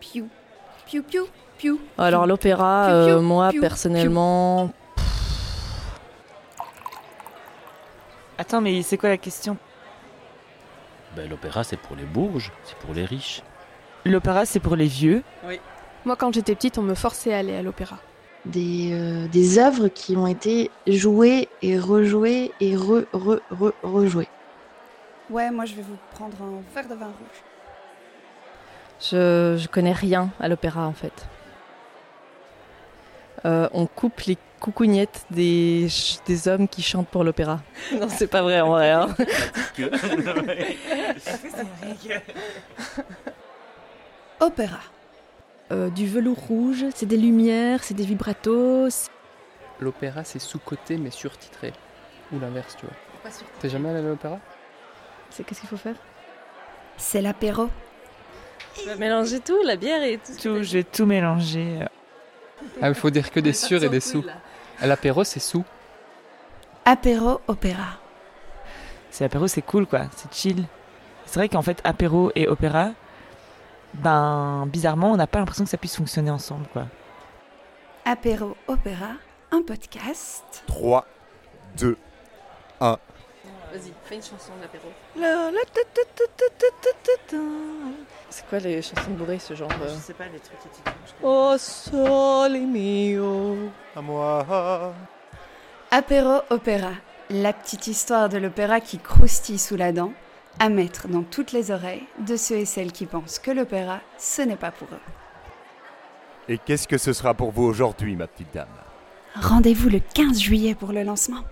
Piu. Piu, piu, piu. Alors l'opéra, Piou, euh, piou, moi piou, personnellement, Attends, mais c'est quoi la question Ben, L'opéra, c'est pour les bourges, c'est pour les riches. L'opéra, c'est pour les vieux. Moi, quand j'étais petite, on me forçait à aller à l'opéra. des, euh, des œuvres qui ont été jouées et rejouées et re, re, re, rejouées. Ouais, moi je vais vous prendre un verre de vin rouge. je, je connais rien à l'opéra en fait. Euh, on coupe les coucougnettes des, ch- des hommes qui chantent pour l'opéra. non, c'est pas vrai en vrai. hein. Opéra. Euh, du velours rouge, c'est des lumières, c'est des vibratos. c'est- L'opéra, c'est sous-côté mais surtitré. Ou l'inverse, tu vois. T'es jamais allé à l'opéra C'est qu'est-ce qu'il faut faire C'est l'apéro. Mélanger tout, la bière et Tout, je vais tout mélanger. Ah, il faut dire que des sûrs et des sous. À l'apéro, c'est sous. Apéro, opéra. C'est apéro, c'est cool, quoi. C'est chill. C'est vrai qu'en fait, apéro et opéra, ben, bizarrement, on n'a pas l'impression que ça puisse fonctionner ensemble, quoi. Apéro, opéra. Un podcast. 3, 2, Vas-y, fais une chanson d'apéro. C'est quoi les chansons bourrées ce genre euh sais pas, les trucs qui Oh sole mio. à moi. Apéro, opéra. La petite histoire de l'opéra qui croustille sous la dent. À mettre dans toutes les oreilles de ceux et celles qui pensent que l'opéra, ce n'est pas pour eux. Et qu'est-ce que ce sera pour vous aujourd'hui, ma petite dame Rendez-vous le 15 juillet pour le lancement.